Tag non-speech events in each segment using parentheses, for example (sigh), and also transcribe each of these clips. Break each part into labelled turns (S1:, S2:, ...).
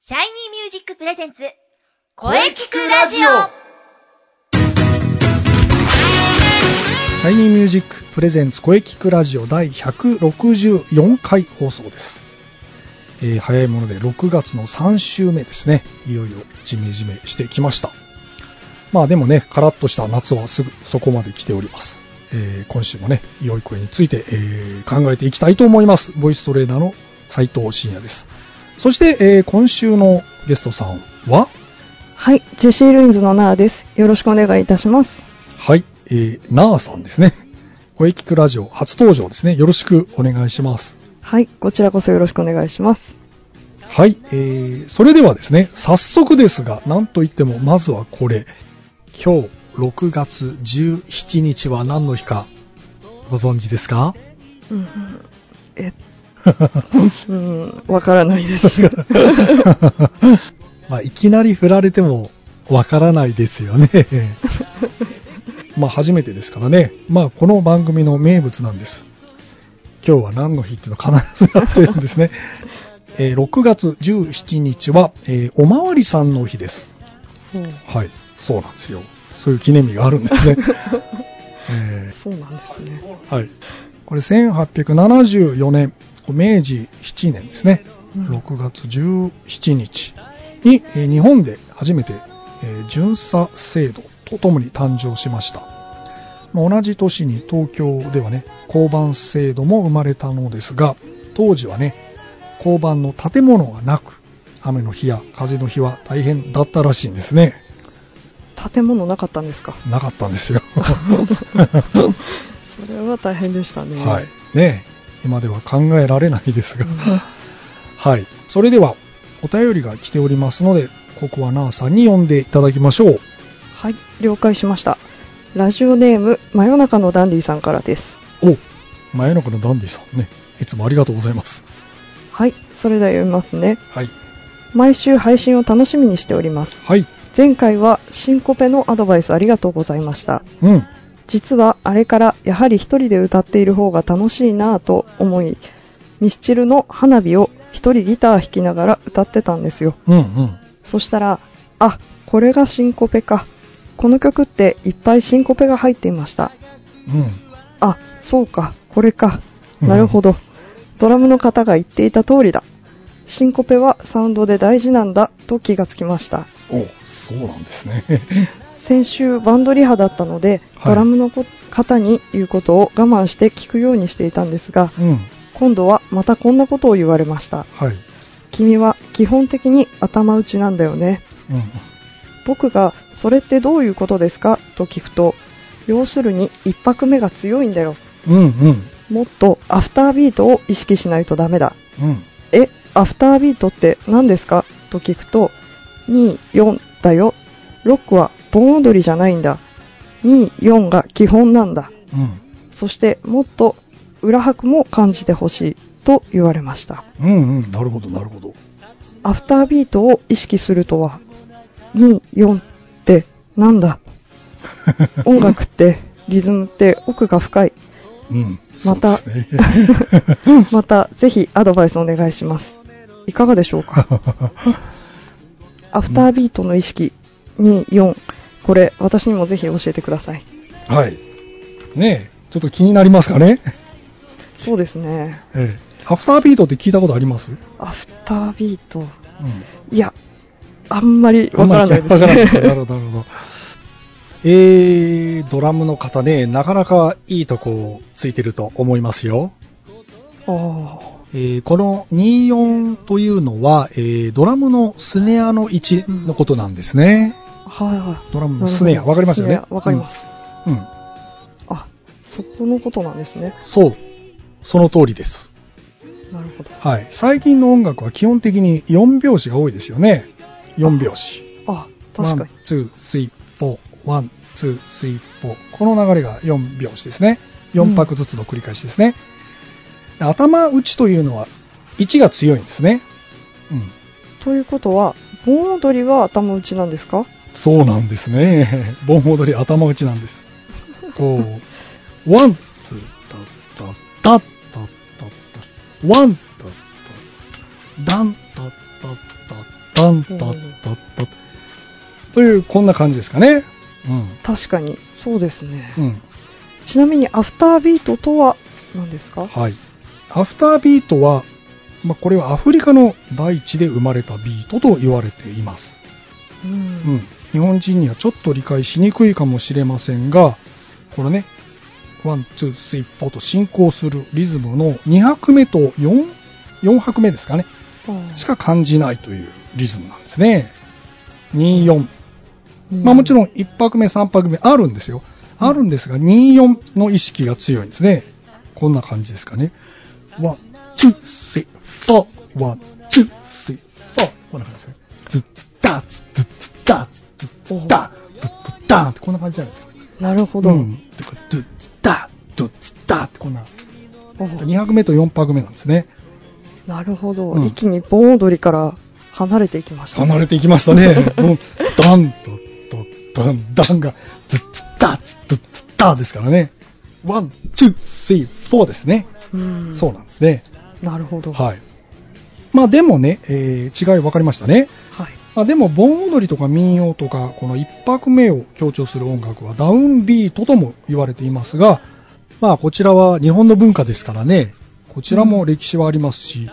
S1: シャイニーミュージックプレゼンツ、
S2: 声聞くラジオ
S3: シャイニーミュージックプレゼンツ声聞くラジオ第164回放送です、えー早いもので6月の3週目ですねいよいよジメジメしてきましたまあでもねカラッとした夏はすぐそこまで来ております、えー今週もね良い声について、えー考えていきたいと思いますボイストレーナーの斉藤真也ですそして、えー今週のゲストさんは
S4: はい、ジェシー・ルインズのナーです。よろしくお願いいたします。
S3: はい、えー、なーさんですね。声聞くラジオ初登場ですね。よろしくお願いします。
S4: はい、こちらこそよろしくお願いします。
S3: はい、えー、それではですね、早速ですが、なんといってもまずはこれ。今日6月17日は何の日かご存知ですか (laughs)
S4: うんうん、え、うん、わからないです。 (laughs)
S3: (laughs) まあ、いきなり振られてもわからないですよね。 (laughs) まあ、初めてですからね。まあ、この番組の名物なんです。今日は何の日っていうの必ずやってるんですね。 (laughs) えー6月17日は、えーおまわりさんの日です。はい。そうなんですよ。そういう記念日があるんですね。えー
S4: そうなんですね。
S3: はい。これ1874年、明治7年ですね。
S4: うん
S3: 6月17日に、えー日本で初めて、えー巡査制度とともに誕生しました。まあ同じ年に東京ではね、交番制度も生まれたのですが、当時はね、交番の建物がなく、雨の日や風の日は大変だったらしいんですね。
S4: 建物なかったんですか
S3: なかったんですよ。
S4: それは大変でした
S3: (laughs)
S4: ね。
S3: はい。ねえ今では考えられないですが
S4: うん。
S3: はい。それでは、お便りが来ておりますので、ここはなあさんに読んでいただきましょう。
S4: はい、了解しました。ラジオネーム、真夜中のダンディさんからです。
S3: お真夜中のダンディさんね。いつもありがとうございます。
S4: はい、それでは読みますね。
S3: はい。
S4: 毎週配信を楽しみにしております。
S3: はい。
S4: 前回はシンコペのアドバイスありがとうございました。
S3: うん。
S4: 実はあれからやはり一人で歌っている方が楽しいなぁと思い、ミスチルの花火を一人ギター弾きながら歌ってたんですよ。
S3: うんうん。
S4: そしたら、あ、これがシンコペか。この曲っていっぱいシンコペが入っていました。あ、そうか、これか。
S3: うん
S4: なるほど。ドラムの方が言っていた通りだ。シンコペはサウンドで大事なんだと気がつきました。
S3: うん。おそうなんですね。
S4: 先週バンドリハだったので、
S3: はい
S4: ドラムのこ方に言うことを我慢して聞くようにしていたんですが、
S3: (laughs) うん。
S4: 今度はまたこんなことを言われました。
S3: はい。
S4: 君は基本的に頭打ちなんだよね。
S3: うん。
S4: 僕がそれってどういうことですかと聞くと、要するに一拍目が強いんだよ。
S3: うんうん。
S4: もっとアフタービートを意識しないとダメだ。
S3: うん。
S4: え、アフタービートって何ですかと聞くと、2、4だよ。ロックは盆踊りじゃないんだ。2、4が基本なんだ。
S3: うん。
S4: そしてもっと裏拍も感じてほしいと言われました。
S3: うんうん。なるほど、なるほ (laughs) ど。
S4: アフタービートを意識するとは、2、4ってなんだ音楽って、リズムって奥が深い。
S3: うん。
S4: また
S3: そうですね
S4: またぜひアドバイスお願いします。いかがでしょうかアフタービートの意識、2、4。これ、私にもぜひ教えてください。
S3: はい。ねえ、ちょっと気になりますかね。
S4: そうですね。
S3: ええ。アフタービートって聞いたことあります
S4: アフタービート。
S3: うん。
S4: いや、あんまりわからないです、ね。
S3: わからないですか。なるほど、なるほど。えー、ドラムの方ね、なかなかいいとこついてると思いますよ。
S4: あ
S3: えーこの24というのは、えードラムのスネアの位置のことなんですね。
S4: あ、はいは
S3: ドラム
S4: い。
S3: のスネア、わかりますよね
S4: ス。ネアわかります。
S3: うん。うん。
S4: あ、そこのことなんですね。
S3: そう。その通りです。
S4: なるほど。
S3: はい。最近の音楽は基本的に4拍子が多いですよね。4拍子。
S4: あ、確か
S3: ワン、ツー、スイ、フォー、ワン、ツー、スイ、フォー。この流れが4拍子ですね。4拍ずつの繰り返しですね。で頭打ちというのは1が強いんですね。うん。
S4: に。ということは、盆踊りは頭打ちなんですか
S3: そうなんですね。盆踊り頭打ちなんです。こう、ワン、ツー、タッタッタッタッタッタッ、ワン、タッタッ、ダン、タッタッタッタタンタッタッタッという、こんな感じですかね。う
S4: 確かに。そうですね。
S3: ん。うん。
S4: ちなみに、アフタービートとは何ですか
S3: はい。アフタービートは、まあ、これはアフリカの大地で生まれたビートと言われています。
S4: う。
S3: うんん。日本人にはちょっと理解しにくいかもしれませんが、このね、ワン、ツー、スリー、フォーと進行するリズムの2拍目と4、4拍目ですかね。
S4: ああ
S3: しか感じないというリズムなんですね。2、4。まあもちろん1拍目、3拍目あるんですよ。あるんですが、2、4の意識が強いんですね。こんな感じですかね。ワン、ツー、スリー、フォー。ワン、ツー、スリー、フォー。こんな感じですね。ツッツッタッツッツッツッタッツッツッツッタッツッツッタンってこんな感じじゃないですか。
S4: なるほど。
S3: うん。てか、ツッツッタッツッツッタッってこんな。
S4: ああ
S3: 2拍目と4拍目なんですね。
S4: なるほど、
S3: うん
S4: 一気に盆踊りから離れていきましたね、
S3: 離れていきました
S4: (laughs)
S3: ね。もうダンと、と、ダン、ダンが、ツッツッタ、ツッツッツッタですからね。ワン、ツー、スリー、フォーですね。
S4: うん、
S3: そうなんですね。
S4: なるほど、
S3: はい。まあでもね、えー違い分かりましたね。
S4: はい
S3: まあでも、盆踊りとか民謡とか、この一拍目を強調する音楽はダウンビートとも言われていますが、まあこちらは日本の文化ですからね、こちらも歴史はありますし、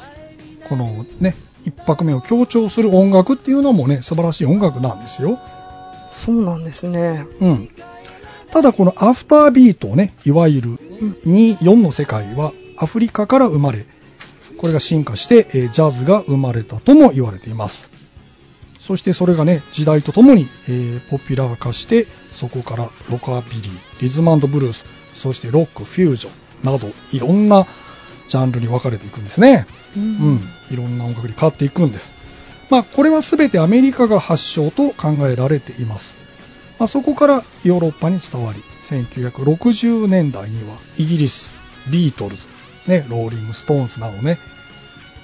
S3: このね、一拍目を強調する音楽っていうのもね、素晴らしい音楽なんですよ。
S4: そうなんですね、
S3: うん。ただこのアフタービートをね、いわゆる2、4の世界はアフリカから生まれ、これが進化して、えージャズが生まれたとも言われています。そしてそれがね、時代とともに、えーポピュラー化して、そこからロカビリー、リズムブルース、そしてロック、フュージョンなど、いろんなジャンルに分かれていくんですね。
S4: う
S3: うん、いろんな音楽に変わっていくんです。まあ、これは全てアメリカが発祥と考えられています。まあ、そこからヨーロッパに伝わり、1960年代にはイギリス、ビートルズ、ね、ローリング・ストーンズなどね、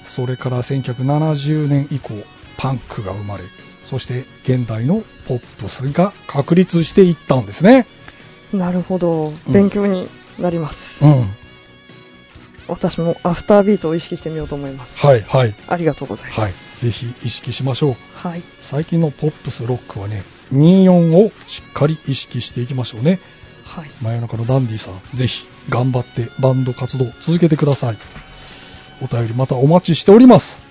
S3: それから1970年以降、パンクが生まれ、そして現代のポップスが確立していったんですね。
S4: なるほど、
S3: うん
S4: 勉強になります、
S3: うん。
S4: 私もアフタービートを意識してみようと思います、
S3: はい、はい、
S4: ありがとうござい
S3: は
S4: ま
S3: い
S4: す。
S3: ぜひ意識しましょう。
S4: はい、
S3: 最近のポップスロックはね24をしっかり意識していきましょうね
S4: はい
S3: 真夜中のダンディさんぜひ頑張ってバンド活動続けてくださいお便りまたお待ちしております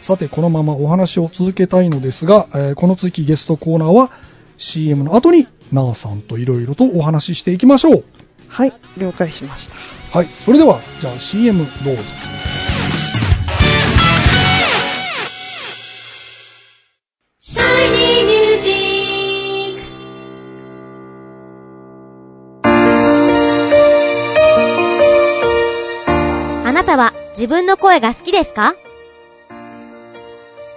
S3: さてこのままお話を続けたいのですが、えーこの次ゲストコーナーは CM の後になあさんといろいろとお話ししていきましょう
S4: はい、了解しました
S3: はいそれではじゃあ CM どうぞ
S2: シャイニーミュージック
S1: あなたは自分の声が好きですか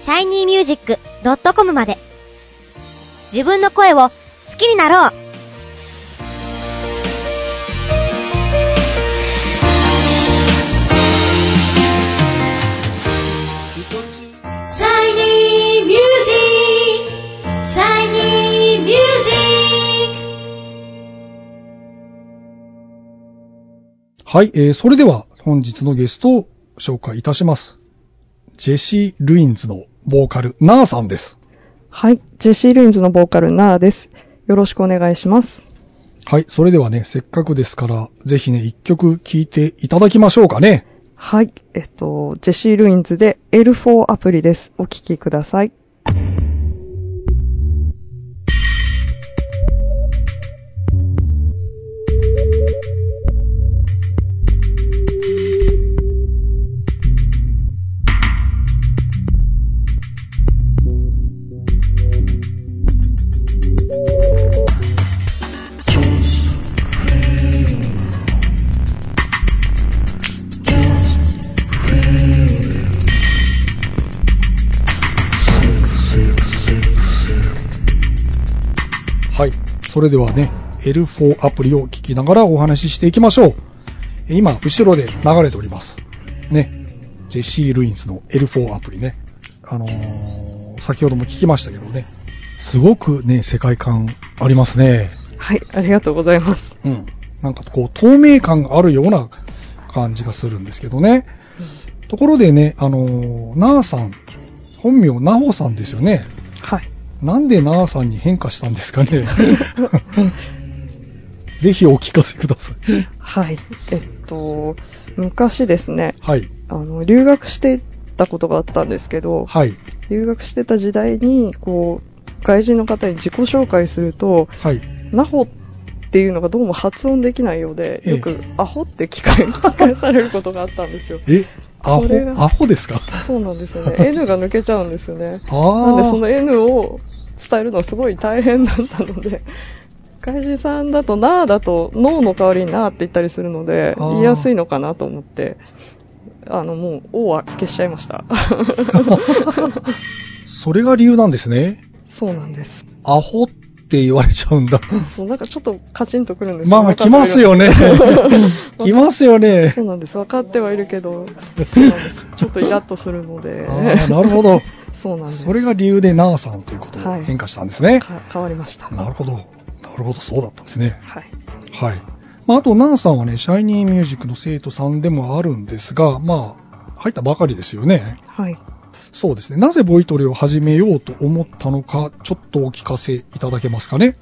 S1: shinymusic.com まで自分の声を好きになろう
S2: シャイニーミュージックシャイニーミュージッ
S3: はい、えー、それでは本日のゲストを紹介いたします。ジェシー・ルインズのボーカル、ナーさんです。
S4: はいジェシー・ルインズのボーカルナーですよろしくお願いします
S3: はい、それではね、せっかくですから、ぜひね、一曲聴いていただきましょうかね。
S4: はいえっとジェシー・ルインズで L4 アプリですお聴きください
S2: ク
S3: はい。それではね、L4 アプリを聞きながらお話ししていきましょう。え今、後ろで流れております。ね。ジェシー・ルインスの L4 アプリね。あのー先ほども聞きましたけどね。すごくね、世界観ありますね。
S4: はい、ありがとうございます。
S3: うん。なんかこう、透明感があるような感じがするんですけどね。ところでね、あのー、なあさん、本名なほさんですよね。
S4: はい。
S3: なんでなあさんに変化したんですか
S4: (laughs)
S3: ね。ぜひお聞かせください。
S4: はい。えっと、昔ですね、
S3: はい。
S4: あの、留学してたことがあったんですけど、
S3: はい。
S4: 留学してた時代に、こう、外人の方に自己紹介すると、
S3: はい。
S4: ナホっていうのがどうも発音できないようで、
S3: ええ
S4: よくアホって聞かれ、聞かれされることがあったんですよ。
S3: え、アホ
S4: それ、が
S3: アホですか
S4: そうなんですよね。N が抜けちゃうんですよね。
S3: ああ。
S4: (laughs) なんでその N を伝えるのはすごい大変だったの
S3: (laughs)
S4: で、外人さんだとなーだと脳の代わりになーって言ったりするので、
S3: あー
S4: 言いやすいのかなと思って、あのもう O は消しちゃい
S3: (laughs)
S4: ました。
S3: それが理由なんですね。
S4: そうなんです。
S3: アホって言われちゃ
S4: (laughs)
S3: うんだ。
S4: そう、なんかちょっとカチンとくるんですよ
S3: まあ、来ます。よ
S4: (laughs)
S3: ね。来ますよね
S4: そ。うなんです。分かってはいるけ
S3: (laughs)
S4: ど、そうなんです。ちょっとイラッとするので
S3: あ。あ、なるほど。
S4: そうなんです。
S3: それが理由でナーさんということを変化したんですね。
S4: か変わりました。
S3: なるほど。なるほど、そうだったんですね。
S4: はい。
S3: はい。まあ、あと、ナーさんはね、シャイニーミュージックの生徒さんでもあるんですが、まあ、入ったばかりですよね。
S4: はい。
S3: そうですね。なぜボイトレを始めようと思ったのか、ちょっとお聞かせいただけますかね。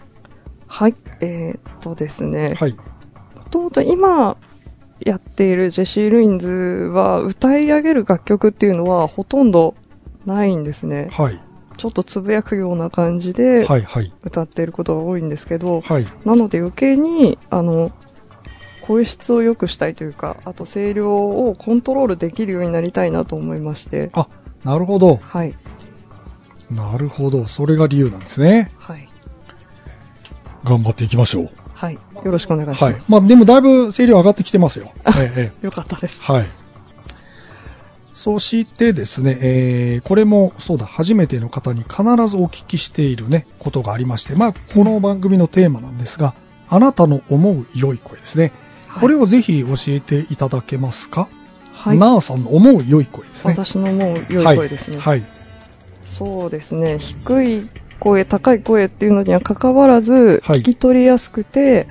S4: はい。えーっとですね。
S3: はい。
S4: もともと今やっているジェシー・ルインズは歌い上げる楽曲っていうのはほとんどないんですね。
S3: はい。
S4: ちょっとつぶやくような感じで
S3: はい、はい。
S4: 歌っていることが多いんですけど、
S3: はい。
S4: なので余計に、あの、声質を良くしたいというか、あと声量をコントロールできるようになりたいなと思いまして、
S3: あ、なるほど。
S4: はい。
S3: なるほど。それが理由なんですね。
S4: はい。
S3: 頑張っていきましょう。
S4: はい。よろしくお願いします。
S3: はい。まあ、でもだいぶ声量上がってきてます
S4: (laughs)
S3: よ。ええ。
S4: よかったです。
S3: はい。そしてですね、えーこれもそうだ、初めての方に必ずお聞きしているね、ことがありまして、まあ、この番組のテーマなんですが、あなたの思う良い声ですね。これ
S4: を、
S3: をぜひ教えていただけますか、
S4: はい、
S3: なあさんの思う良い声ですね。
S4: 私のもう良い声ですね。
S3: はい。はい
S4: そうですね、低い声、高い声っていうのにはかかわらず、
S3: はい
S4: 聞き取りやすくて、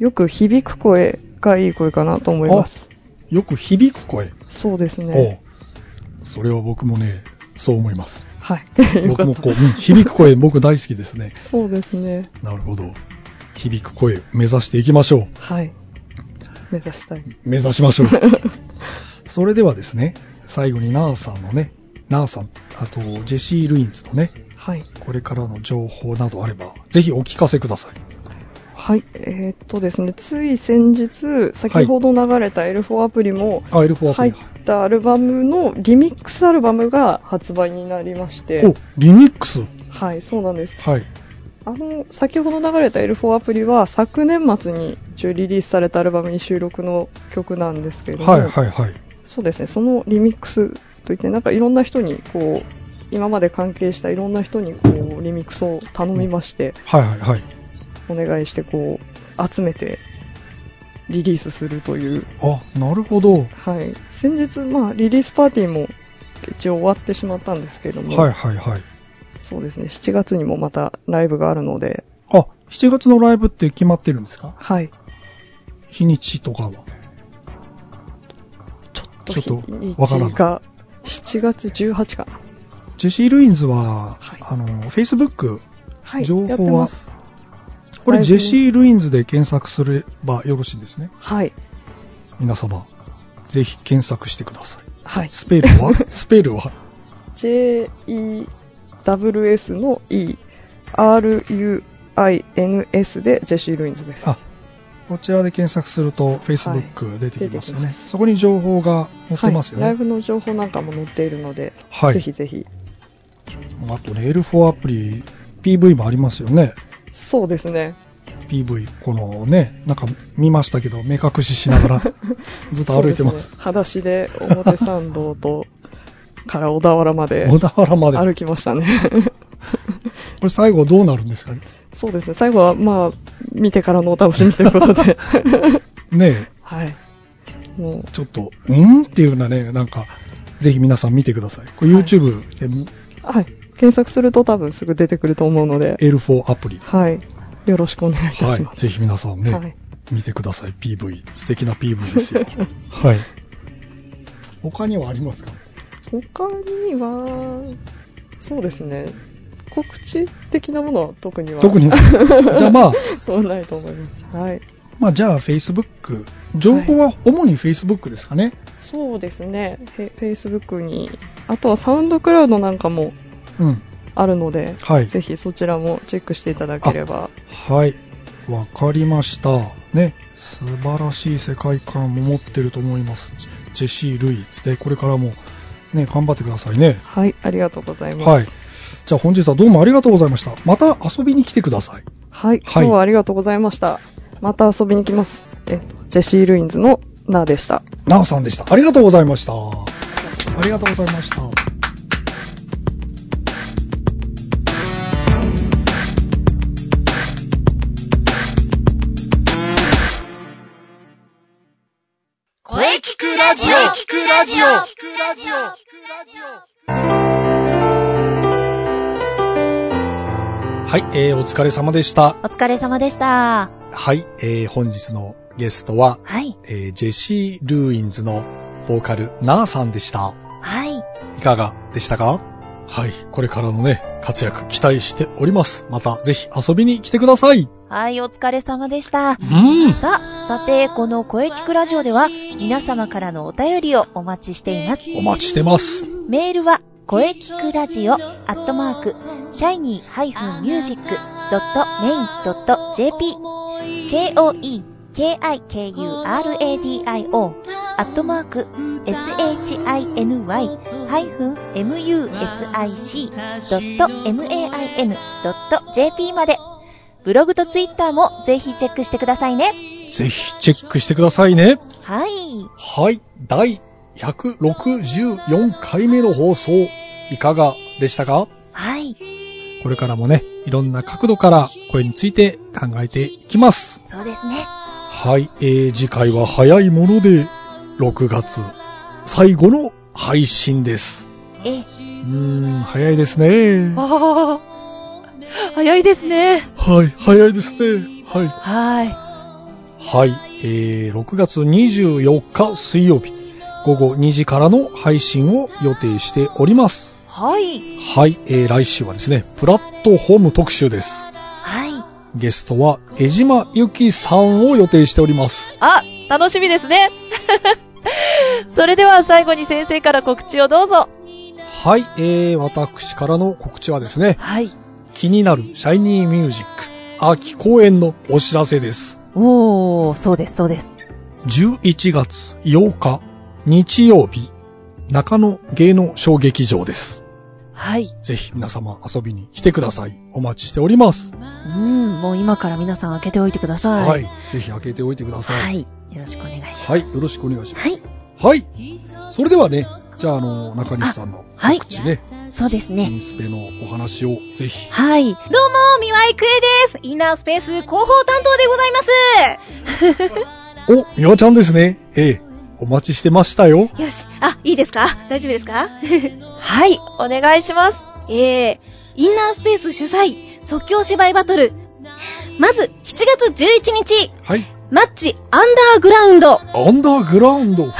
S4: よく響く声がいい声かなと思います。
S3: よく響く声。
S4: そうですね。
S3: おうそれは僕もね、そう思います。
S4: はい。 (laughs) よ
S3: 僕
S4: かっ
S3: も
S4: た
S3: こう、うん響く声、僕大好きですね。
S4: (laughs) そうですね。
S3: なるほど。響く声、目指していきましょう。
S4: はい。目指したい。
S3: 目指しましょう。 (laughs) それではですね、最後にナーさんのね、ナーさん、あとジェシー・ルインズのね、
S4: はい。
S3: これからの情報などあれば、ぜひお聞かせください。
S4: はい。えーっとですね、つい先日、先ほど流れた L4 アプリも、
S3: あ、エルフォアプ
S4: 入
S3: リ。
S4: ったアルバムのリミックスアルバムが発売になりまして
S3: お、、リミックス。
S4: はい、そうなんです。
S3: はい。
S4: あの、先ほど流れた L4 アプリは昨年末に一応リリースされたアルバムに収録の曲なんですけれども、
S3: はいはいはい。
S4: そうですね、そのリミックスといって、なんかいろんな人に、こう、今まで関係したいろんな人に、こう、リミックスを頼みまして、
S3: はいはいはい。
S4: お願いして、こう、集めて、リリースするという、
S3: あ、なるほど。
S4: はい。先日、まあ、リリースパーティーも一応終わってしまったんですけれども、
S3: はいはいはい。
S4: そうですね、7月にもまたライブがあるので、
S3: あ、7月のライブって決まってるんですか
S4: はい。
S3: 日にちとかは。
S4: ちょっと日
S3: ちょっと
S4: に
S3: わからん
S4: ちが7月18日かな。
S3: ジェシー・ルインズは、
S4: はい
S3: あの、Facebook、
S4: はい。
S3: 情報は
S4: やってます。
S3: これ
S4: ライブ
S3: ジェシー・ルインズで検索すればよろしいんですね。
S4: はい。
S3: 皆様、ぜひ検索してください。
S4: はい。
S3: スペルは
S4: (laughs)
S3: スペルは
S4: J-E-W-S の E、R-U-I-N-S でジェシー・ルインズです。
S3: あ、こちらで検索すると Facebook 出てきますよね。
S4: 出てきま
S3: そこに情報が載ってますよね。
S4: はい。ライブの情報なんかも載っているので、
S3: はい
S4: ぜひぜひ。
S3: あとね、L4 アプリ、PV もありますよね。
S4: そうですね。
S3: PV、このね、なんか見ましたけど、目隠ししなが
S4: (laughs)
S3: らずっと歩いてま。
S4: そうですね裸足で表参道と、から小田原まで
S3: 小田原まで。
S4: 歩きましたね。 (laughs)
S3: これ最後どうなるんですかね。
S4: そうですね。最後は、まあ、見てからのお楽しみということで。
S3: ね
S4: はい。もう
S3: え、ちょっと、うんっていうようなね、なんか、ぜひ皆さん見てください。これ YouTube で、
S4: はい。検索すると多分すぐ出てくると思うので、
S3: L4 アプリで。
S4: はい。よろしくお願いいた
S3: は
S4: し
S3: い。
S4: ます。
S3: ぜひ皆さんね、
S4: はい
S3: 見てください。PV。素敵な PV ですよ。はい。他にはありますか
S4: 他には、そうですね。告知的なものは特には。
S3: 特に。じゃあまあ、
S4: ないと思います。はい。
S3: まあじゃあ Facebook。情報は主に Facebook ですかね。
S4: そうですね。フェイスブックに、あとはサウンドクラウドなんかも
S3: うん。
S4: あるので、
S3: はい。
S4: ぜひそちらもチェックしていただければ。
S3: はい。わかりました。ね。素晴らしい世界観も持ってると思います。ジェシー・ルイーツで、これからも、ね、頑張ってくださいね。
S4: はい、ありがとうございます。
S3: はい。じゃあ本日はどうもありがとうございました。また遊びに来てください。
S4: は
S3: は
S4: い、
S3: い
S4: 今日はありがとうございました。また遊びに来ます。えっと、ジェシー・ルインズのナーでした。
S3: なおさんでした。ありがとうございました。ありがとうございました。
S2: 声聞くラジオ聞くラジオ聞くラジオ
S3: はい、えー、お疲れ様でした。
S1: お疲れ様でした。
S3: はい、えー、本日のゲストは、
S1: はい。
S3: えー、ジェシー・ルーインズのボーカル、ナーさんでした。
S1: はい。
S3: いかがでしたかはい、これからのね、活躍期待しております。またぜひ遊びに来てください。
S1: はい、お疲れ様でした。
S3: うん。
S1: さあ、さて、この声聞くラジオでは、皆様からのお便りをお待ちしています。
S3: お待ちしてます。
S1: メールは、声聞くラジオ、アットマーク、shiny-music.main.jp、k-o-e-k-i-k-u-r-a-d-i-o、アットマーク、shiny-music.main.jp まで、ブログとツイッターもぜひチェックしてくださいね。
S3: ぜひチェックしてくださいね。
S1: はい。
S3: はい、第164回目の放送、いかがでしたか
S1: はい。
S3: これからもね、いろんな角度から声について考えていきます。
S1: そうですね。
S3: はい、えー、次回は早いもので、6月最後の配信です。
S1: ええ、
S3: うーん、早いですね。
S5: ああ、早いですね。
S3: はい、早いですね。はい。
S5: はい。
S3: はい、えー、6月24日水曜日、午後2時からの配信を予定しております。
S5: はい。
S3: はい、えー、来週はですね、プラットフォーム特集です。
S1: はい。
S3: ゲストは江島ゆきさんを予定しております。
S5: あ、楽しみですね。 (laughs) それでは最後に先生から告知をどうぞ。
S3: はい、えー、私からの告知はですね、
S5: はい。
S3: 気になるシャイニーミュージック秋公演のお知らせです。
S5: おー、そうです、そうです。
S3: 11月8日日曜日、中野芸能小劇場です。
S5: はい。
S3: ぜひ皆様遊びに来てください。お待ちしております。
S5: うん、もう今から皆さん開けておいてください。
S3: はい、ぜひ開けておいてくださ。
S5: はいい。よろしくお願いします。
S3: はい、よろしくお願いします。
S1: はい。
S3: はい、それではね、じゃああの、中西さんの
S1: はい
S3: 告知ね、
S1: そうですね
S3: イ。ンスペのお話をぜひ。
S1: はい。どうも、三輪育恵です。インナースペース広報担当でござい
S3: お、みわちゃんですね。ええ、お待ちしてましたよ。
S6: よし。あ、いいですか大丈夫ですか
S5: はい。お願いします。
S6: えー、インナースペース主催、即興芝居バトル。まず、7月11日、
S3: はい。
S6: マッチアンダーグラウンド。は
S3: アンダーグラウンド。
S6: い。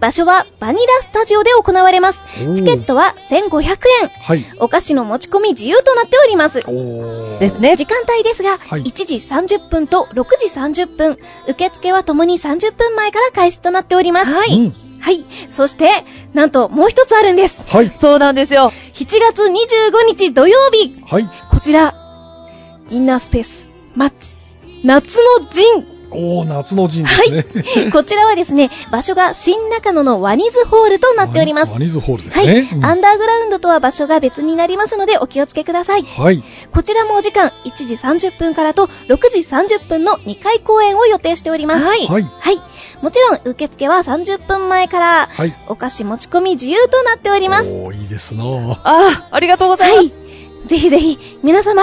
S6: 場所はバニラスタジオで行われます。チケットは1500円。
S3: はい。
S6: お菓子の持ち込み自由となっております。
S3: おー
S5: ですね。
S6: 時間帯ですが、
S3: はい
S6: 1時30分と6時30分。受付はともに30分前から開始となっております。は
S3: うん
S6: はい。そして、なんともう一つあるんです。
S3: はい。
S5: そうなんですよ。
S6: 7月25日土曜日、
S3: はい。
S6: こちら、インナースペース、マッチ、夏の
S3: (laughs)
S6: 陣。
S3: おー、夏の陣ですね。
S6: こちらはですね、場所が新中野のワニズホールとなっております。
S3: ワニズホールです
S6: はい、
S3: ね。うん
S6: アンダーグラウンドとは場所が別になりますのでお気をつけください。
S3: はい。
S6: こちらもお時間1時30分からと6時30分の2回公演を予定しております。はい
S3: はい
S6: はい。もちろん受付は30分前から
S3: はい。
S6: お菓子持ち込み自由となっております。
S3: おー、いいですなぁ。
S5: あー、ありがとうござい
S6: は
S5: ます。
S6: い。ぜひぜひ、皆様、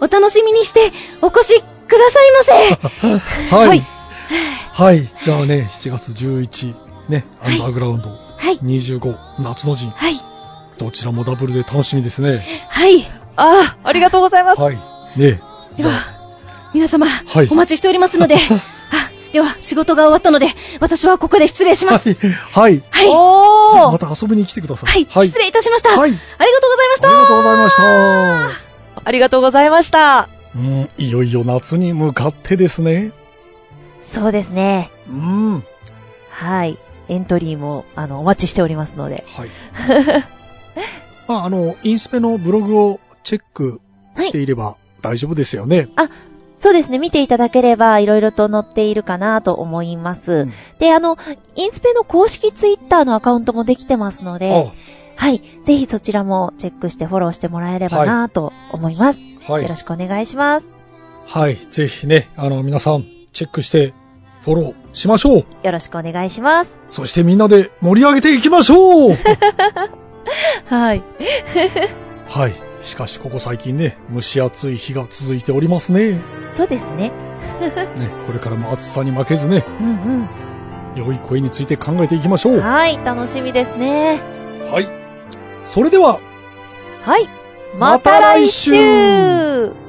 S6: お楽しみにして、お越しくださいませ
S3: はい。はい。じゃあね、7月11、ね、アンダーグラウンド、
S6: い
S3: 25、夏の陣、
S6: はい、
S3: どちらもダブルで楽しみですね。
S6: はい、
S5: ああ、ありがとうございます。
S3: はい。ね
S6: では、皆様、
S3: はい
S6: お待ちしておりますので、あ、では、仕事が終わったので、私はここで失礼します。
S3: はい。
S6: はい、は
S5: おー、
S3: また遊びに来てくださ
S6: い
S3: い。、
S6: 失礼いたしました。
S3: はい
S6: ありがとうございました。
S3: ありがとうございました。
S5: ありがとうございました。
S3: うん、いよいよ夏に向かってですね。
S7: そうですね。
S3: うん。は
S7: はい。エントリーも、あの、お待ちしておりますので。
S3: い。 (laughs) まあ、あの、インスペのブログをチェックしていれば大丈夫ですよね。
S7: そうですね。見ていただければ、いろいろと載っているかなと思います。
S3: うん
S7: で、あの、インスペの公式ツイッターのアカウントもできてますので、はい。ぜひそちらもチェックしてフォローしてもらえればなと思います、
S3: あ、は
S7: よろ
S3: い。
S7: しくお願いします。
S3: はい。ぜひね、あの、皆さん、チェックして、フォローしましょう。
S7: よろしくお願いします。
S3: そしてみんなで盛り上げていきましょう (laughs)
S7: はい。
S3: はい。しかし、ここ最近ね、蒸し暑い日が続いておりますね。
S7: そうですね。
S3: ね、これからも暑さに負けずね、
S7: うん
S3: 良い声について考えていきましょ
S7: う。。
S3: うん
S7: はい。楽しみですね。
S3: はい。それでは、
S7: はい。
S3: また来週
S7: また来週